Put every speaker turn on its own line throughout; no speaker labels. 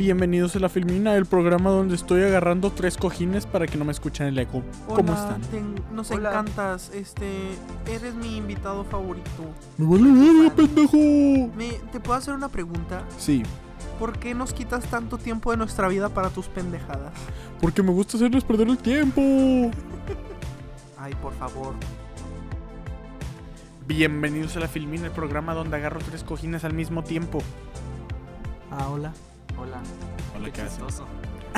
Bienvenidos a La Filmina, el programa donde estoy agarrando tres cojines para que no me escuchen el eco. ¿Cómo
Hola,
están?
te- nos
Hola.
encantas. Este, eres mi invitado favorito.
¡Me vale verga, pendejo!
Me, ¿Te puedo hacer una pregunta?
Sí,
¿Por qué nos quitas tanto tiempo de nuestra vida para tus pendejadas?
porque me gusta hacerles perder el tiempo.
Ay, por favor.
Bienvenidos a La Filmina, el programa donde agarro tres cojines al mismo tiempo.
Ah, hola.
Hola,
Hola,
qué
¿qué haces?
chistoso.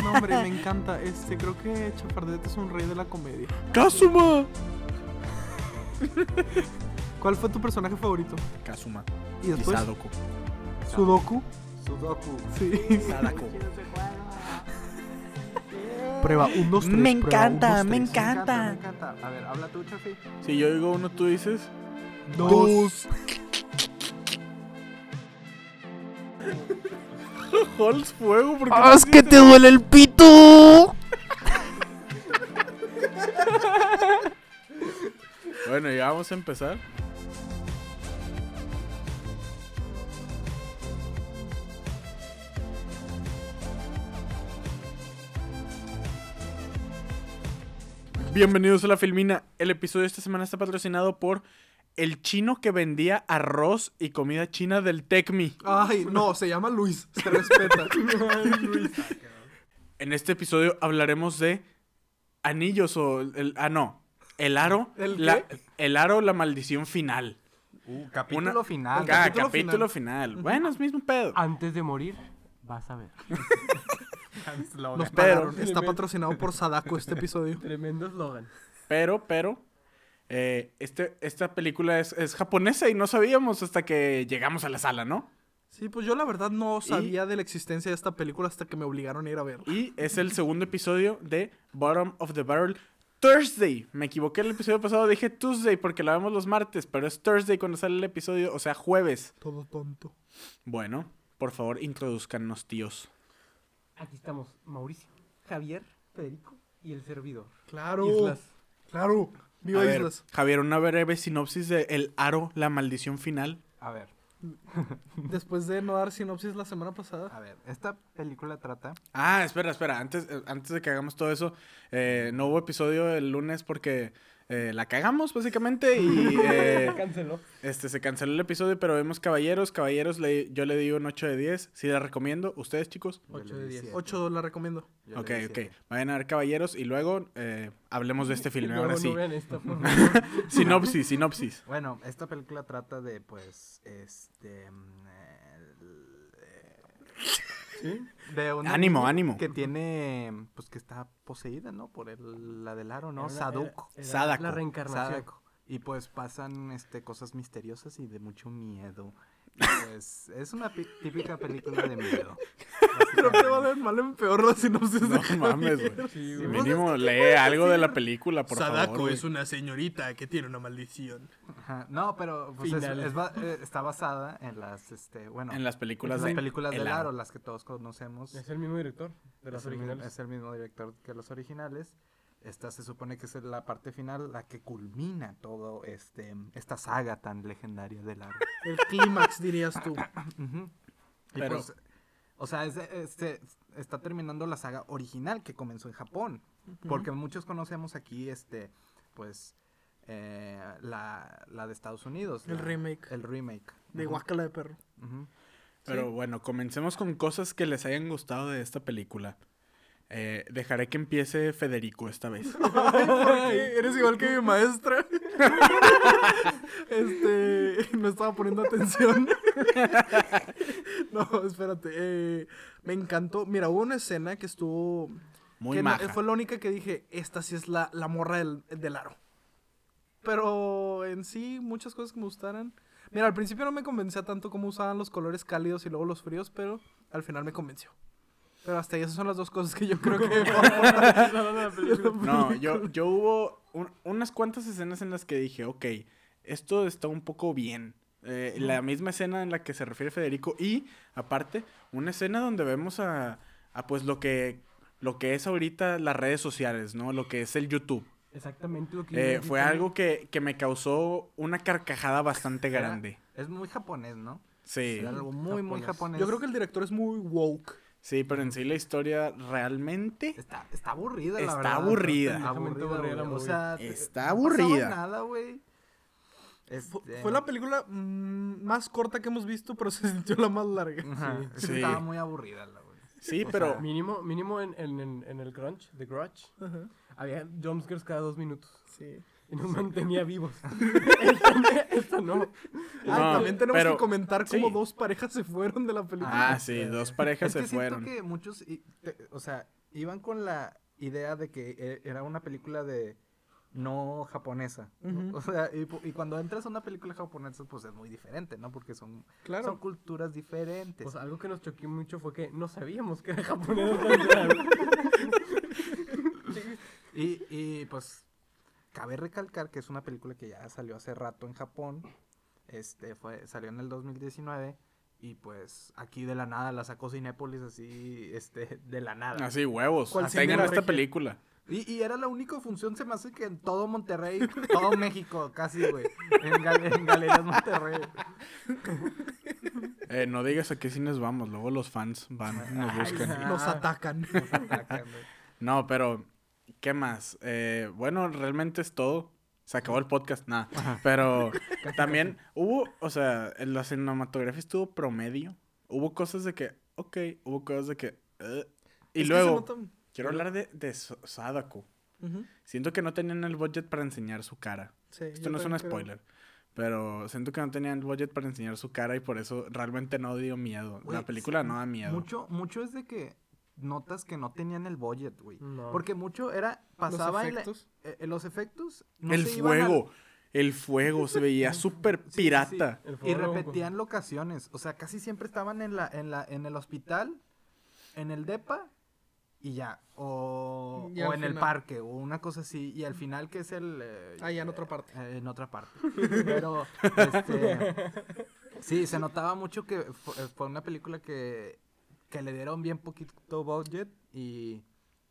No, hombre, me encanta. Este, creo que Chapardete es un rey de la comedia.
¡Kazuma!
¿Cuál fue tu personaje favorito?
Kazuma.
Y después,
Sadoko.
Sudoku.
Sudoku.
Sí.
Sadako.
Prueba, un, dos, tres.
Me
prueba, un,
encanta,
dos,
me
tres.
encanta.
Me encanta. A ver, habla tú, Chafi.
Si yo digo uno, tú dices.
Dos.
¡Holz fuego! porque
¡Haz Ah, que te duele el pito!
Bueno, ya vamos a empezar. Bienvenidos a La Filmina. El episodio de esta semana está patrocinado por el chino que vendía arroz y comida china del Tecmi.
Ay, no, se llama Luis. Se respeta.
En este episodio hablaremos de anillos o el, ah no, el aro,
¿El
la,
qué?
el aro, la maldición final.
Uh, capítulo
Una-
final.
Ah,
capítulo
capítulo, final. Bueno, es mismo pedo.
Antes de morir, vas a ver.
Gran slogan.
Nos
Pero-
pagaron. Está patrocinado por Sadako este episodio.
Tremendo eslogan.
Pero, pero, eh, este, esta película es, es japonesa y no sabíamos hasta que llegamos a la sala, ¿no?
Sí, pues yo la verdad no sabía de la existencia de esta película hasta que me obligaron a ir a verla.
Y es el segundo episodio de Bottom of the Barrel Thursday. Me equivoqué el episodio pasado, dije Tuesday porque la vemos los martes, pero es Thursday cuando sale el episodio, o sea, jueves.
Todo tonto.
Bueno, por favor, introduzcanos, tíos.
Aquí estamos Mauricio, Javier, Federico y el servidor.
Claro.
Islas.
Claro. Viva
A ver,
Islas.
Javier, una breve sinopsis de El Aro, la maldición final.
A ver,
Después de no dar sinopsis la semana pasada.
a ver. Esta película trata.
Ah, espera, espera. Antes, eh, antes de que hagamos todo eso, eh, no hubo episodio el lunes porque eh, la cagamos, básicamente. Y eh,
Canceló.
este, se canceló el episodio, pero vemos Caballeros. Caballeros, le- yo le digo un 8 de 10. Sí, la recomiendo. ¿Ustedes, chicos?
Yo le
8 de
di
10.
siete.
8 la recomiendo.
Yo le
ok,
di
ok.
siete.
Vayan a ver Caballeros y luego eh, hablemos de este filme.
No,
Ahora
no
sí.
vean esta, por favor.
Sinopsis, sinopsis.
Bueno, esta película trata de, pues, este. mm, el- eh, De una
Ánimo,
niña
ánimo.
Que tiene. Pues que está poseída, ¿no? Por el, la del aro, ¿no?
Era-
Sadoko.
era- era
Sadako.
La reencarnación.
Sadako. Y pues pasan este, cosas misteriosas y de mucho miedo. Y, Pues es una pi- típica película de miedo.
Creo que va de mal en peor la sinopsis de
No mames, güey.
Sí, güey.
Mínimo, lee algo de la película, por favor. güey.
una señorita que tiene una maldición.
Ajá, No, pero pues, es-
Final.
es ba- eh, está basada en las, este, bueno,
En las películas
las
de
películas
El
del
Aro.
aro, las que todos conocemos.
Es el mismo director de las
es, el mi-
originales.
es el mismo director que los originales. Esta se supone que es la parte final, la que culmina todo este esta saga tan legendaria del aro.
El clímax, dirías tú.
Ujú. Y
Pero-
pues, o sea, es- es- se- está terminando la saga original que comenzó en Japón. Porque muchos conocemos aquí, este, pues, eh, la, la de Estados Unidos.
El
la-
remake.
El remake.
De
Ujú,
guacala de perro.
ujú.
Pero bueno, comencemos con cosas que les hayan gustado de esta película. Eh, dejaré que empiece Federico esta vez.
Ay, ¿por qué? Eres igual que mi maestra. este, no estaba poniendo atención. no, espérate. eh, me encantó. Mira, hubo una escena que estuvo...
Muy
que no-
maja.
fue la única que dije, esta sí es la, la morra del, del aro. Pero en sí, muchas cosas que me gustaran. Mira, al principio no me convencía tanto cómo usaban los colores cálidos y luego los fríos, pero al final me convenció. Pero hasta ahí, esas son las dos cosas que yo creo que... me aportan la película.
No, yo, yo hubo un- unas cuantas escenas en las que dije, ok, esto está un poco bien. Eh, la misma escena en la que se refiere Federico y, aparte, una escena donde vemos a, a, pues lo que, lo que es ahorita las redes sociales, ¿no? Lo que es el YouTube.
Exactamente lo que yo
Eh,
dije
fue
también.
algo que, que me causó una carcajada bastante
Era-
grande.
Es muy japonés, ¿no?
Sí.
Era algo muy, muy
Japonés.
japonés.
Yo creo que el director es muy woke.
Sí, pero en sí la historia realmente
Está, está aburrida,
Está
la verdad.
aburrida.
Está
Ligeramente
aburrida,
aburrida la
güey. O
movie.
sea, te-
Está
no pasaba
aburrida.
nada, güey.
Fu-
Este,
Fue la película mm, más corta que hemos visto, pero se sintió la más larga.
Ajá,
Sí.
es que
Sí.
Estaba muy aburrida, la güey.
Sí,
O
pero
sea,
Ah, Mínimo, mínimo en, en, en, en el Grunge, The Grudge,
Ajá,
había jumpscares cada dos minutos.
sí.
Y nos mantenía vivos. esta, esta no.
Ah,
No,
también tenemos
pero-
que comentar cómo
sí.
dos parejas se fueron de la película.
ah, sí, dos parejas
Es que
se
siento
fueron.
que muchos, i- te- o sea, iban con la idea de que e- era una película de no japonesa.
Ujú.
O sea, y, pu- y cuando entras a una película japonesa, pues es muy diferente, ¿no? Porque son,
Claro.
son culturas diferentes.
Pues algo que nos choqueó mucho fue que no sabíamos que era japonés. o sea,
Y, y, pues cabe recalcar que es una película que ya salió hace rato en Japón. Este fue salió en el 2019 y pues aquí de la nada la sacó Cinépolis así este de la nada.
Así, huevos.
¿Cuál
Tengan
cinema,
esta
Regio?
película.
Y, y era la única función se me hace que en todo Monterrey, todo México casi, güey, en, gal- en Galerías Monterrey.
Eh, no digas a qué cines vamos, luego los fans van y nos buscan.
Nos atacan.
Nos atacan, güey.
No, pero, ¿qué más? Eh, bueno, realmente es todo. Se acabó el podcast, nada. Pero también hubo, o sea, en la cinematografía estuvo promedio. Hubo cosas de que, ok, hubo cosas de que... eh. Y
Es que se
luego,
nota-
quiero hablar de, de So- Sadako.
Ujú,
Siento que no tenían el budget para enseñar su cara.
sí,
Esto
yo
no es un
también creo.
spoiler. Pero siento que no tenían el budget para enseñar su cara y por eso realmente no dio miedo.
Güey,
la película
sí,
no da miedo.
Mucho, mucho es de que notas que no tenían el budget, güey.
No.
Porque mucho era, pasaba en la-
efectos.
eh, eh, los efectos. no
el
se iban al-
fuego. El fuego se veía súper
sí, sí.
pirata.
El
Y
pues,
fuego,
repetían locaciones. O sea, casi siempre estaban en la, en la, en el hospital, en el DEPA, y ya. O,
Y
o
al
en el
final.
parque, o una cosa así. Y al final que es el eh,
Ah, ya en otra parte.
eh, en otra parte. Pero este, sí, se notaba mucho que fu- eh, fue una película que, que le dieron bien poquito budget y,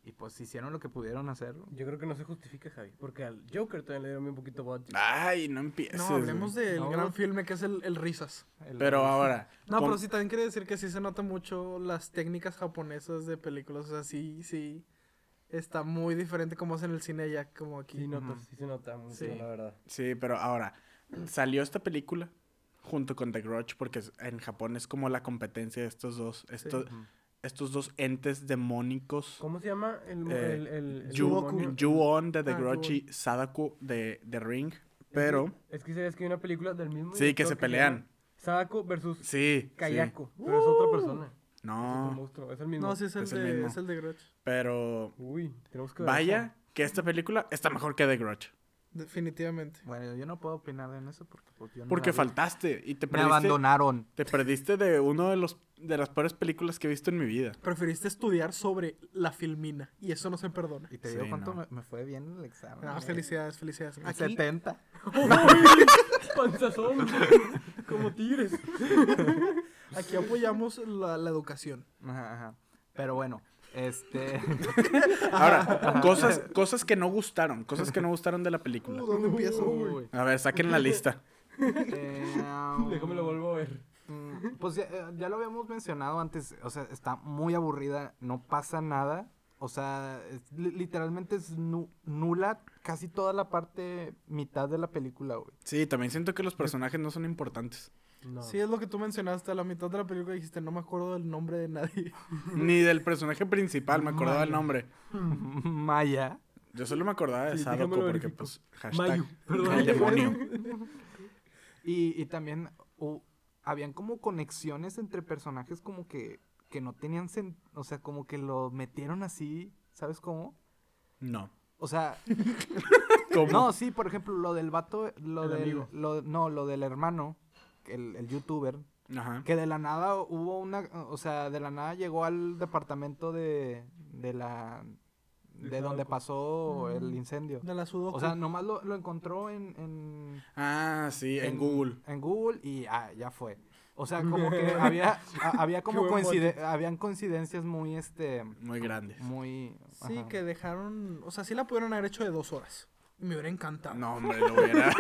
y pues hicieron lo que pudieron hacer.
Yo creo que no se justifica, Javi. Porque al Joker todavía le dieron bien poquito budget.
Ah, Ay, no empieces.
No, hablemos
güey.
del
No.
gran filme que es el, el Risas.
El-
Pero ahora.
No,
con-
pero sí también quiere decir que sí se nota mucho las técnicas japonesas de películas. O sea, sí, sí. Está muy diferente como hacen el cine ya, como aquí.
Sí,
Ujú.
notas, sí se nota mucho,
Sí.
la verdad.
Sí, pero ahora. Salió esta película junto con The Grudge porque es- en Japón es como la competencia de estos dos. Estos,
Ujú.
estos dos entes demónicos.
¿Cómo se llama el, mo-
Eh,
el, el, el demonio?
Ju- Ju-On de The
Ah,
Grudge y Sadako de The Ring. Pero.
Es que sabes que hay una película del mismo.
Sí, que
director
se
llama
pelean.
Sadako versus
Sí.
Kayako. Pero es otra persona.
sí.
Es otro
No.
monstruo. Es el mismo.
No, sí es el,
Es el
de,
mismo.
es el de Grudge.
Pero.
Uy, tenemos que ver
Vaya que esta película está mejor que The Grudge.
Definitivamente.
Bueno, yo no puedo opinar en eso porque, porque yo no
Porque
la vi.
faltaste y te
Me
perdiste.
abandonaron.
Te perdiste de uno de los de las peores películas que he visto en mi vida.
Preferiste estudiar sobre la filmina y eso no se perdona.
Y te
Sí,
digo cuánto
no.
me, me fue bien en el examen.
Ah,
güey.
felicidades, felicidades.
Un
Aquí,
70.
eso. Panzazón. Como tigres.
aquí apoyamos la, la educación.
Ajá, ajá. Pero bueno, este.
Ahora, cosas, cosas que no gustaron, cosas que no gustaron de la película.
¿Dónde empiezo?
Uy,
A ver, saquen la lista.
eh, um,
Déjame lo vuelvo a ver.
mm, Pues ya, eh, ya lo habíamos mencionado antes. O sea, está muy aburrida, no pasa nada. O sea, es- li- literalmente es nu- nula casi toda la parte mitad de la película, güey.
Sí, también siento que los personajes no son importantes.
No.
Sí, es lo que tú mencionaste. A la mitad de la película dijiste, no me acuerdo del nombre de nadie.
Ni del personaje principal, me acordaba el nombre.
Maya.
Yo solo me acordaba de
Sí,
Sadako
déjamelo
porque
verifico.
pues hashtag
Mayu. Perdón.
el demonio.
Y, y también hu- habían como conexiones entre personajes como que, que no tenían sen- O sea, como que lo metieron así, ¿sabes cómo?
No.
O sea,
¿Cómo?
no, sí, por ejemplo, lo del vato, lo
El
del,
amigo.
lo- no, lo del hermano, el, el youtuber,
Ajá.
que de la nada hubo una, o sea, de la nada llegó al departamento de, de la,
De
de donde
Sadako.
pasó el incendio.
De la sudoku.
O sea, nomás lo, lo encontró en, en,
Ah, sí, en Google.
en Google y ah, ya fue. O sea, como que había, a- había como
buen
coincide- habían coincidencias muy, este,
Muy grandes.
muy...
Sí,
ajá.
que dejaron. O sea, sí la pudieron haber hecho de dos horas. Y me hubiera encantado.
No, hombre, lo hubiera.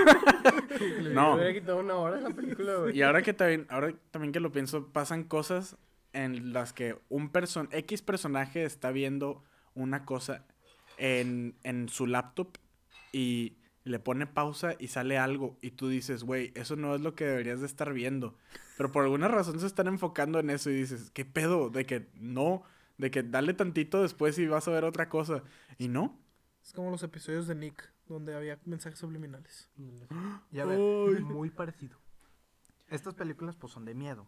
Le
No.
hubiera quitado una hora a la película, güey.
Y ahora que también, ahora también que lo pienso, pasan cosas en las que un person X personaje está viendo una cosa en, en su laptop y le pone pausa y sale algo y tú dices, güey, eso no es lo que deberías de estar viendo. Pero por alguna razón se están enfocando en eso y dices, ¿qué pedo? De que no, de que dale tantito después y vas a ver otra cosa. Y no.
Es como los episodios de Nick, donde había mensajes subliminales.
Y a ver,
Muy parecido.
estas películas pues son de miedo.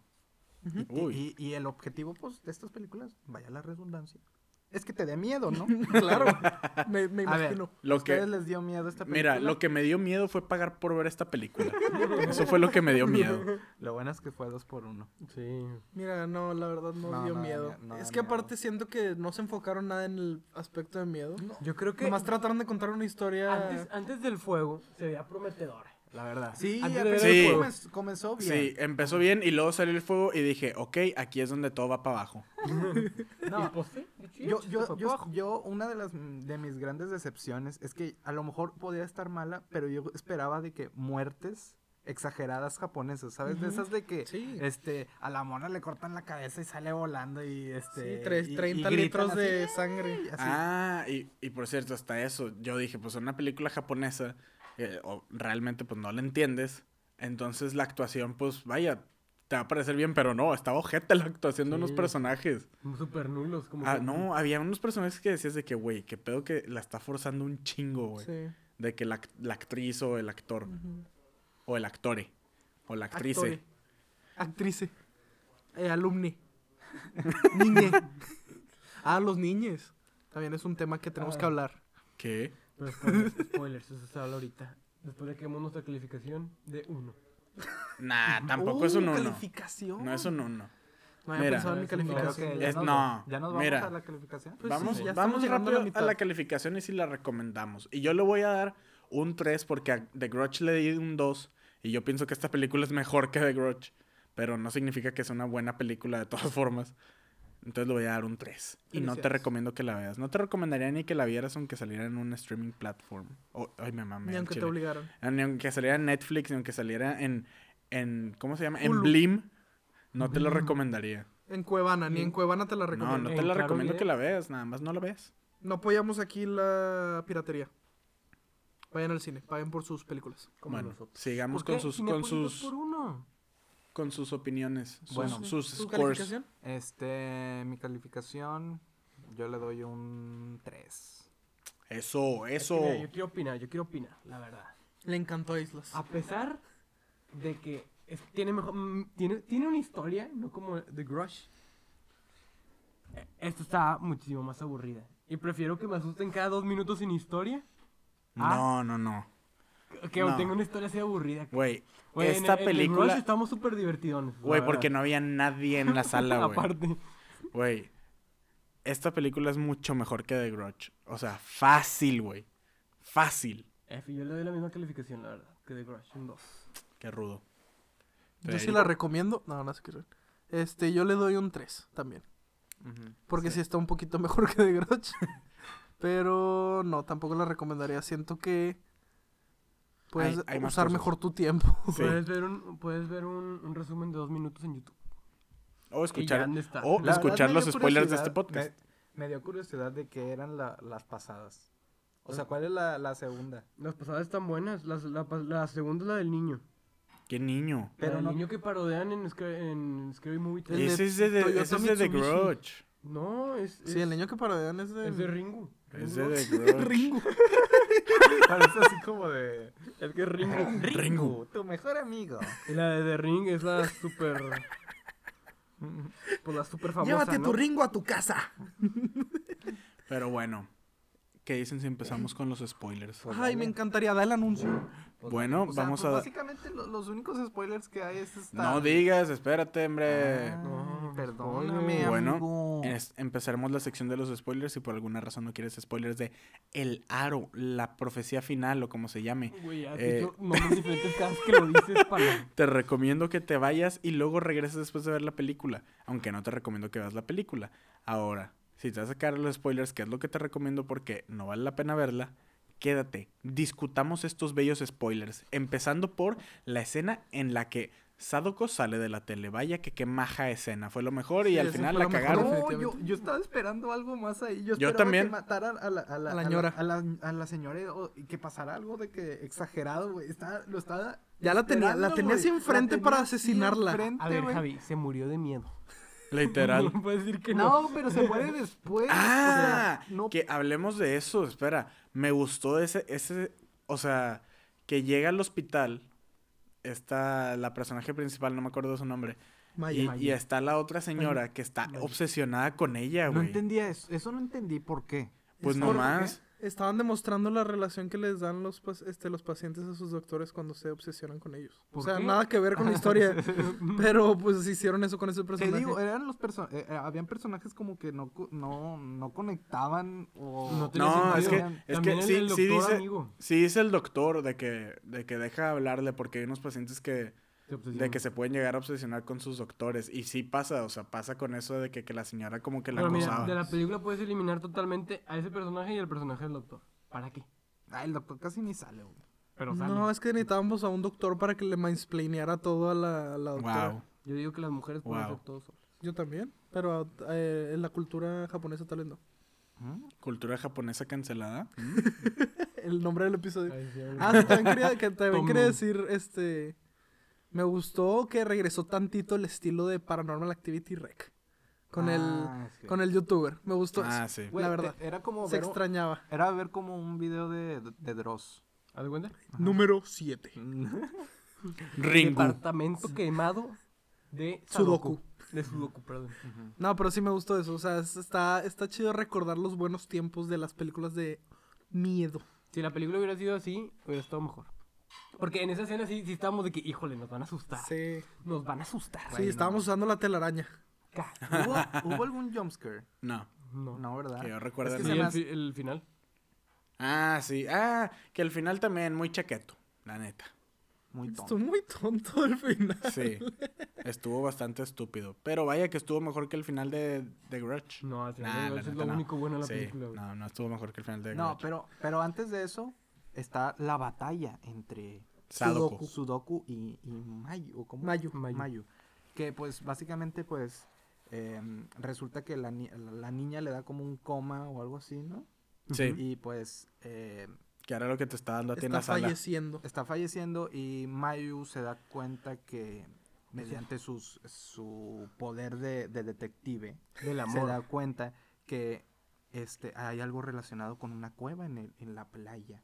Y, te-
Uy.
y- y el objetivo pues de estas películas, vaya la redundancia, es que te dé miedo, ¿no?
claro, me, me
A ver.
imagino.
Lo que,
¿Ustedes les dio miedo esta película?
mira, lo que me dio miedo fue pagar por ver esta película. Eso fue lo que me dio miedo.
Lo bueno es que fue dos por uno.
Sí.
Mira, no, la verdad no,
No,
dio
no da
miedo.
mie- no da
es que
miedo.
aparte siento que no se enfocaron nada en el aspecto de miedo.
Yo creo que
Nomás trataron de contar una historia.
antes, antes del fuego se veía prometedora.
La verdad. Sí,
Antes
al
de ver
principio
el
comen- comenzó bien.
Sí, empezó bien y luego salió el fuego y dije, ok, aquí es donde todo va para abajo.
No. pues sí, de
Yo,
hecho, se
yo,
fue
yo-
para abajo.
yo, una de las mm, de mis grandes decepciones es que a lo mejor podía estar mala, pero yo esperaba de que muertes exageradas japonesas, ¿sabes? De esas de que
Sí.
este a la mona le cortan la cabeza y sale volando y este
sí, tres-
y- y
30
gritan
litros
así,
de
"¡Eh!",
sangre.
así.
Ah, y, y por cierto, hasta eso, yo dije, pues una película japonesa, eh, o realmente pues no la entiendes, entonces la actuación, pues vaya, te va a parecer bien, pero no, estaba ojete la actuación de unos
Sí.
personajes.
Super nulos. Como
Ah,
que-
no, había unos personajes que decías de que, güey, qué pedo que la está forzando un chingo, güey.
Sí.
De que la, act- la actriz o el actor,
Ujú.
o el actore, o la actrice.
Actore. Actrice. Eh, alumni. Niñe. Ah, los niñes. También es un tema que tenemos
Ah.
que hablar.
¿Qué?
Pero spoilers, spoilers, eso se habla ahorita. Después de que hagamos nuestra calificación de 1.
Nah, tampoco es
Uh,
un uno.
calificación.
No es un uno.
No había
Mira.
pensado en mi
No, es un
Creo
calificación.
que
Es-
nos-
no,
ya nos vamos
Ah, mira.
a la calificación.
Pues
vamos
sí, ya estamos
vamos
llegando a la
rápido a la,
mitad.
calificación y si la recomendamos. Y yo le voy a dar un 3 porque a The Grudge le di un 2 y yo pienso que esta película es mejor que The Grudge, pero no significa que sea una buena película de todas formas. Entonces le voy a dar un 3 y no te
Felicidades.
recomiendo que la veas. No te recomendaría ni que la vieras aunque saliera en una streaming platform. O- ay, me mamé.
Ni
al
aunque te
chile.
obligaron.
Ah, Ni aunque saliera en Netflix, ni aunque saliera en, en ¿cómo se llama? En
Hulu.
Blim. No te lo recomendaría.
En Cuevana, ni en Cuevana te la
No,
recomiendo.
no
No,
te
En
la
Claro
recomiendo
Video.
que la veas, nada más no la veas.
apoyamos aquí la piratería. Vayan al cine, paguen por sus películas.
Como
bueno,
nosotros.
sigamos
¿Por
con
qué?
sus, con
Cinépolis dos
sus,
por uno.
con sus opiniones, sus,
Bueno.
sus
¿Su
scores.
calificación?
Este, mi calificación yo le doy un 3.
Eso,
Es
eso.
que mira, yo quiero opinar, yo quiero opinar, la verdad.
Le encantó a Islas.
A pesar de que es- tiene, mejor, mm, tiene, tiene una historia, no como The Grudge. eh, Esta está muchísimo más aburrida. Y prefiero que me asusten cada dos minutos sin historia Ah.
No, no, no.
que
No.
tenga una historia así aburrida.
Güey,
Güey, en
esta
el- en el Grudge
película,
estamos súper divertidones. la
güey, porque
verdad.
no había nadie en la sala, güey.
Aparte.
Güey, esta película es mucho mejor que The Grudge. O sea, fácil, güey. Fácil.
F, yo le doy la misma calificación, la verdad, que The Grudge, un 2.
Qué rudo.
Yo sí la recomiendo. No, no se quiero. Este, yo le doy un 3 también. Porque sí. está un poquito mejor que The Grudge. Pero no, tampoco la recomendaría. Siento que puedes
Hay- hay más
usar
cosas.
mejor tu tiempo.
Sí.
Puedes ver, un, puedes ver un, un resumen de dos minutos en YouTube.
O
Y ya
escuchar,
dónde está.
o
La verdad,
escuchar
me
los
dio
spoilers de este
curiosidad-
podcast.
Me, me dio curiosidad de qué eran la- las pasadas. O
Ah.
sea, ¿cuál es la, la segunda?
Las pasadas están buenas. las- la, pa- la segunda es la del niño.
Qué niño.
Pero
Pero
el
no-
niño que parodean en, Sca- en Scary Movie 3.
El de
Ese es de, de-
Toyota
ese es de The
Mitsubishi.
Grudge.
No, es, es,
Sí, el niño que parodean es de...
es de Ringo.
Es
Ringo.
de The Grudge.
Ringo.
Parece así como de.
Es que es Ringo.
Ringo.
Tu mejor amigo.
Y la de The Ring es la super... pues la super famosa, ¿no?
Ringo a tu casa.
Pero bueno, ¿qué dicen si empezamos con los spoilers?
Ay, me encantaría. Da el anuncio.
Bueno,
ah,
O sea,
vamos
pues
a...
Básicamente, lo- los únicos spoilers que hay es esta.
No digas, espérate, hombre.
Ah,
No,
perdóname,
spoiler.
Bueno,
amigo.
Es- empezaremos la sección de los spoilers si por alguna razón no quieres spoilers de El Aro, la profecía final o como se llame.
Güey, has
Eh.
dicho nombres diferentes cada vez que lo dices para...
Te recomiendo que te vayas y luego regreses después de ver la película, aunque no te recomiendo que veas la película. Ahora, si te vas a sacar los spoilers, que es lo que te recomiendo porque no vale la pena verla, quédate, discutamos estos bellos spoilers, empezando por la escena en la que Sadoko sale de la tele. Vaya que qué maja escena, fue lo mejor y
Sí,
al
eso
final
fue
la
lo mejor.
cagaron.
No, yo,
definitivamente.
yo estaba esperando algo más ahí. Yo,
Yo
esperaba
también.
Que mataran a la, a la,
A la
a
ñora.
A la, a la señora o- y que pasara algo de que exagerado, güey. Estaba- lo estaba.
Ya la tenía- la
esperando,
tenía así
güey.
enfrente
tenía
para
así
asesinarla.
enfrente,
A ver,
güey.
Javi, se murió de miedo.
Literal.
No puedes decir que no.
No, pero se muere después.
Ah,
o sea, no.
que hablemos de eso, espera. Me gustó ese, ese, o sea, que llega al hospital, está la personaje principal, no me acuerdo su nombre,
Maya.
y, y está la otra señora que está
Maya.
obsesionada con ella,
No
güey.
entendía eso. Eso no entendí por qué.
Pues
¿Por qué?
nomás,
Estaban demostrando la relación que les dan los, pas- este, los pacientes a sus doctores cuando se obsesionan con ellos. O
¿Por
sea,
qué?
nada que ver con la historia. pero pues hicieron eso con ese
Te
personaje.
digo, eran los perso- eh, eh, habían personajes como que no, co- no, no conectaban o...
No tiene
No, es que,
sentido.
es
También
que
el-
sí,
el
sí
doctor
dice,
amigo.
sí dice el doctor de que, de que deja hablarle porque hay unos pacientes que,
Se obsesiona.
de que se pueden llegar a obsesionar con sus doctores. Y sí pasa, o sea, pasa con eso de que, que la señora como que la
Pero mira,
acosaba.
de la película puedes eliminar totalmente a ese personaje y al personaje del doctor. ¿Para qué?
Ah, el doctor casi ni sale, güey.
Pero sale.
No, es que necesitábamos a un doctor para que le mansplaineara todo a la, a la doctora.
Wow.
Yo digo que las mujeres pueden
Wow.
hacer todo solas.
Yo también, pero eh, en la cultura japonesa tal vez no.
Cultura japonesa cancelada.
El nombre del episodio.
Ay, sí,
Ah, sí, también quería, que también
Tom
quería
Nook.
decir, este... Me gustó que regresó tantito el estilo de Paranormal Activity Rec. Con
Ah,
el...
sí.
Con el youtuber. Me gustó
Ah,
eso.
sí.
Güey,
la
te-
verdad.
Era como
Se
ver un-
extrañaba.
Era ver como un video de, de Dross.
¿Haz de cuenta?
Número 7.
Ringu.
Departamento quemado de
Sudoku.
Sudoku. De Sudoku, perdón.
No, pero sí me gustó eso. O sea, es- está, está chido recordar los buenos tiempos de las películas de miedo.
Si la película hubiera sido así, hubiera estado mejor. Porque en esa escena sí, sí estábamos de que, híjole, nos van a asustar.
Sí.
Nos van a asustar.
Sí, estábamos usando la telaraña.
Ca-
¿Hubo, hubo algún jumpscare?
No,
No.
No, ¿verdad?
que yo recuerdo.
Es
¿Y
que se
no.
me
el,
hace-
fi- el final?
Ah, sí. Ah, que al final también muy chaqueto, la neta.
Muy tonto.
Estoy muy tonto al final.
Sí. estuvo bastante estúpido. Pero vaya que estuvo mejor que el final de, de Grudge.
No, al
Nah,
final
la
es
neta,
lo
no.
único bueno de Mm, la
Sí,
película. güey.
No, no estuvo mejor que el final de
No,
Grudge.
pero, pero antes de eso está la batalla entre
Sadoko.
Sudoku y, y Mayu. ¿o cómo?
Mayu.
Mayu.
Que pues básicamente pues em, resulta que la, ni- la- la niña le da como un coma o algo así, ¿no?
Sí,
Y pues em,
que ahora lo que te está dando a ti en
Está
la sala.
falleciendo.
está falleciendo y Mayu se da cuenta que mediante sus, su poder de, de detective
Del
se
amor.
da cuenta que este, hay algo relacionado con una cueva en, el- en la playa.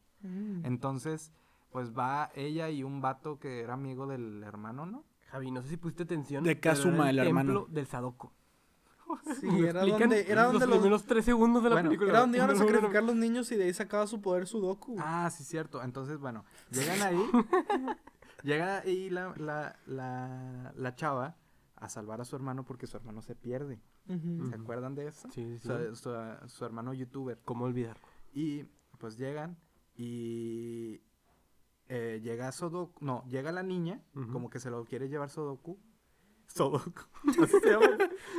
Entonces, pues va ella y un vato que era amigo del hermano, ¿no?
Javi, no sé si pusiste atención.
De
pero era
Kazuma, el hermano.
templo del Sadoko.
Sí, era
Explican
donde, era donde
los
los-
primeros tres segundos de la
Bueno,
película.
era donde iban a
No, no, no.
sacrificar los niños y de ahí sacaba su poder Sudoku.
Ah, sí, cierto. Entonces, bueno, llegan ahí. llega ahí la, la, la, la chava a salvar a su hermano porque su hermano se pierde.
Ujú.
¿Se acuerdan de eso?
Sí, sí, sí.
Su, su- su hermano youtuber.
¿Cómo olvidar?
Y pues llegan y eh, llega Sodoku, no, llega la niña,
Ujú.
como que se lo quiere llevar Sodoku. Sodoku. Así se llama.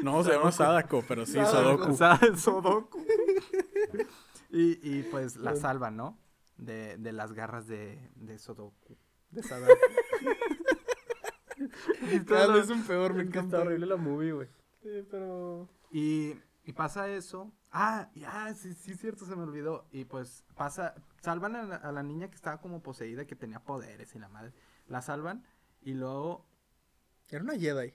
No, se llama Sadako, pero sí, Sadoko.
Sadako. Sa- Sodoku. y, y, pues la salva, ¿no? De, de las garras de, de Sodoku. De Sadako. Y
Cada
todo-
vez un peor, me
Es que
encanta.
está horrible la movie, güey.
Sí, pero...
Y, y pasa eso. Ah, y- ah, sí, sí, es cierto, se me olvidó. Y pues pasa, salvan a la, a la niña que estaba como poseída, que tenía poderes y la madre. La salvan y luego,
Era una Jedi.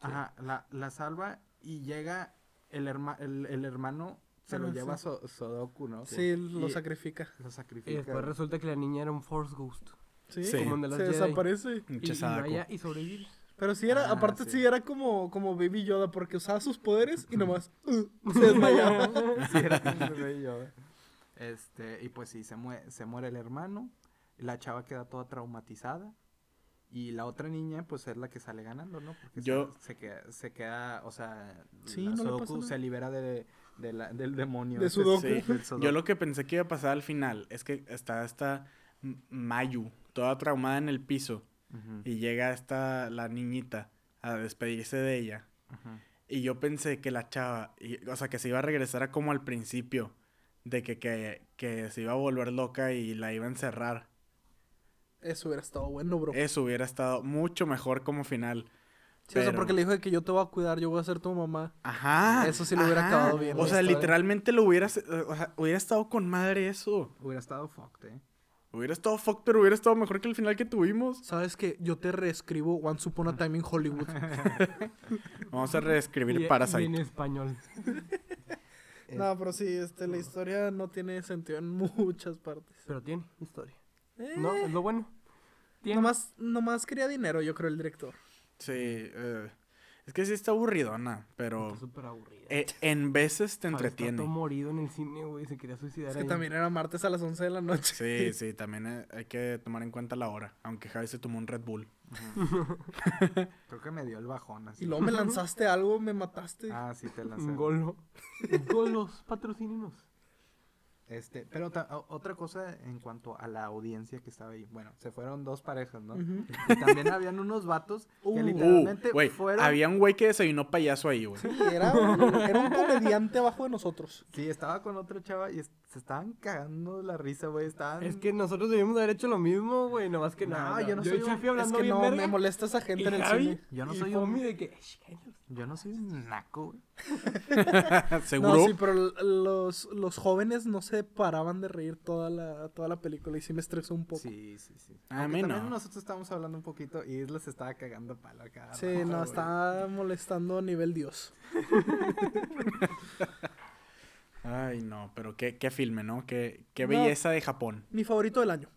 ajá, la, la salva y llega el, herma- el, el hermano, se lo
Ah,
lleva
sí.
So- Sodoku, ¿no?
pues.
Sí, lo
Y
sacrifica.
Lo
Y
sacrifica.
después resulta que la niña era un Force Ghost.
Sí,
Sí.
Como en
se
The Last Jedi.
desaparece.
Y,
Pinche
y
Sadako.
vaya y sobrevivir.
Pero sí era,
Ah,
aparte
sí.
sí. era como, como Baby Yoda porque usaba sus poderes y nomás uh, se desmayaba.
Sí, era como un bebé Yoda. Este, y pues sí, se, mue- se muere el hermano, la chava queda toda traumatizada y la otra niña pues es la que sale ganando, ¿no? Porque se-
Yo-
se, queda, se queda, o sea,
Sí,
la
no le
Sudoku
pasa nada.
se libera de, de la- del demonio.
De
ese,
Sudoku.
Sí.
del Sudoku.
Yo lo que pensé que iba a pasar al final es que está esta M- Mayu, toda traumada en el piso,
Ujú,
y llega esta la niñita a despedirse de ella.
ujú.
Y yo pensé que la chava, y- o sea, que se iba a regresar a como al principio, de que, que, que se iba a volver loca y la iba a encerrar.
Eso hubiera estado bueno, bro.
Eso hubiera estado mucho mejor como final.
Sí, o sea,
pero-
porque le dijo de que yo te voy a cuidar, yo voy a ser tu mamá.
Ajá.
Eso sí lo hubiera acabado bien,
O
la
sea,
historia.
literalmente lo hubieras. eh, O sea, hubiera estado con madre eso.
Hubiera estado fucked, eh.
Hubiera estado fuck, pero hubiera estado mejor que el final que tuvimos.
Sabes que yo te reescribo Once Upon a Time in Hollywood.
Vamos a reescribir
Y- eh, Y en
Parasite.
español.
no, pero sí, este, la historia no tiene sentido en muchas partes.
Pero tiene historia.
Eh,
No, es lo bueno. Tiene.
nomás, nomás quería dinero, yo creo, el director.
Sí. eh, es que sí está aburridona, pero
Está súper aburrida.
eh, en veces te
Pablo Está todo
entretiene.
morido en el cine, güey. Se quería suicidar.
Es que
ahí.
también era martes a las 11 de la noche.
Sí, sí, también eh, hay que tomar en cuenta la hora. Aunque Javi se tomó un Red Bull.
Creo que me dio el bajón así.
Y luego me lanzaste algo, me mataste.
Ah, sí, te lancé.
Un golo. Golos, patrocínenos.
Este, pero ta- o- otra cosa en cuanto a la audiencia que estaba ahí. Bueno, se fueron dos parejas, ¿no?
Ujú.
Y también habían unos vatos que
Uh.
Uh,
literalmente
güey.
fueron.
Había un güey que desayunó payaso ahí, güey.
Sí, era, un- era un comediante abajo de nosotros.
Sí, estaba con otra chava y es- se estaban cagando la risa, güey. Estaban.
Es que nosotros debimos haber hecho lo mismo, güey. Nomás que
No,
nada.
yo no soy
y
un-
Chefi
Es
hablando
que
bien
no,
verga,
me molesta esa gente
y
en el
Javi,
cine.
Yo no
y
soy un-
Fomi de que. "Sh, cállate".
Yo no soy un naco, güey.
Seguro.
No, sí, pero l- los, los jóvenes no se paraban de reír toda la, toda la película y sí me estresó un poco. Sí,
Sí, sí, sí.
A
Aunque
mí
también
no.
nosotros estábamos hablando un poquito y les estaba cagando palo acá.
no, estaba molestando a nivel Dios.
Ay, no, pero qué, qué filme, ¿no? Qué, qué
No.
belleza de Japón.
Mi favorito del año.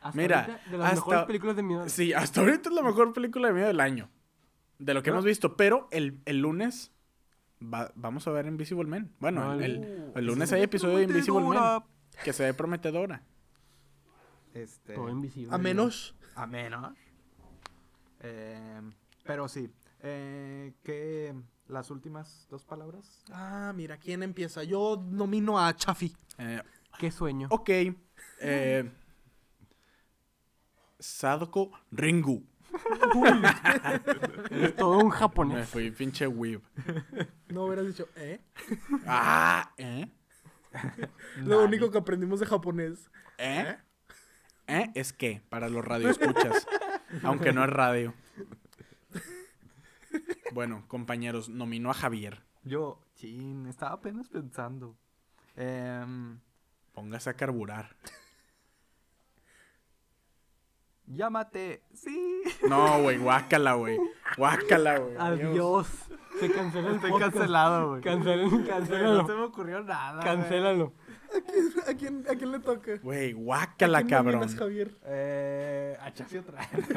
Hasta
Mira,
ahorita, de las
hasta-
mejores películas de miedo.
Sí, hasta ahorita es la mejor película de miedo del año. De lo que hemos visto. Pero el, el lunes va- vamos a ver Invisible Man. Bueno,
Vale.
el, el lunes hay episodio de Invisible Man. Que se ve prometedora.
Este.
Todo invisible.
A menos.
A menos. Eh, pero sí. Eh, ¿Qué? Las últimas dos palabras.
Ah, mira, ¿quién empieza? Yo nomino a Chafi.
Eh,
Qué sueño.
ok. eh, Sadoko Ringu.
Eres todo un
Me
japonés.
fui pinche weeb.
No hubieras dicho, ¿eh?
Ah, ¿eh?
Lo único que aprendimos de japonés.
¿Eh? ¿Eh? Es que, para los radioescuchas, aunque no es radio. Bueno, compañeros, nominó a Javier.
Yo, chin, estaba apenas pensando. Em,
Póngase a carburar.
llámate, sí.
No, güey, guácala, güey. Guácala, güey.
Adiós. Se cancela el
Estoy
podcast.
cancelado, güey.
Cancelen,
No se
cancélalo.
me ocurrió nada. güey.
Cancélalo.
¿A quién, a quién le toca?
Güey,
¿A
guácala,
quién
cabrón.
nominas, Javier?
Eh, a Chafi otra vez. Chafi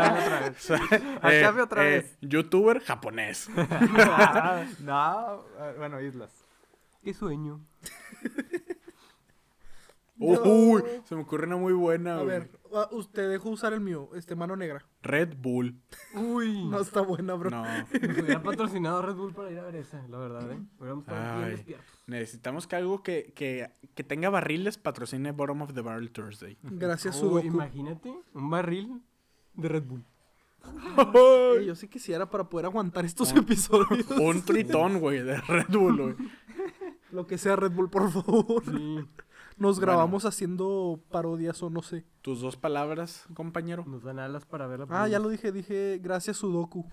otra vez.
O sea,
Al
eh,
cambio otra
eh,
vez.
Youtuber japonés.
no, eh, bueno, Islas.
Qué sueño.
Uy, se me ocurre una muy buena,
A
güey.
ver, a- usted dejó usar el mío, este, mano negra.
Red Bull.
Uy.
No está buena, bro.
No.
Nos hubiera patrocinado Red Bull para ir a ver esa, la verdad, ¿eh? Hubiéramos estado bien
Ay.
despiertos.
Necesitamos que algo que, que, que tenga barriles patrocine Bottom of the Barrel Thursday.
Gracias,
Uy,
Sudoku.
Oh, imagínate un barril de Red Bull.
Eh, yo sí quisiera para poder aguantar estos episodios.
Un tritón, güey, de Red Bull, güey.
Lo que sea Red Bull, por favor.
Sí.
Nos
Bueno.
grabamos haciendo parodias o no sé.
Tus dos palabras, compañero.
Nos dan alas para verla.
Ah, ya lo dije, dije gracias Sudoku.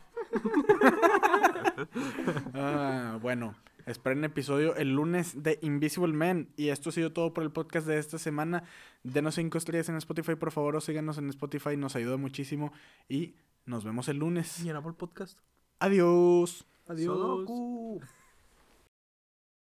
Ah, bueno, esperen episodio el lunes de Invisible Man. Y esto ha sido todo por el podcast de esta semana. Denos cinco estrellas en Spotify, por favor, o síganos en Spotify, nos ayuda muchísimo. Y nos vemos el lunes.
Y en Apple Podcast.
Adiós.
Adiós.
Sudoku.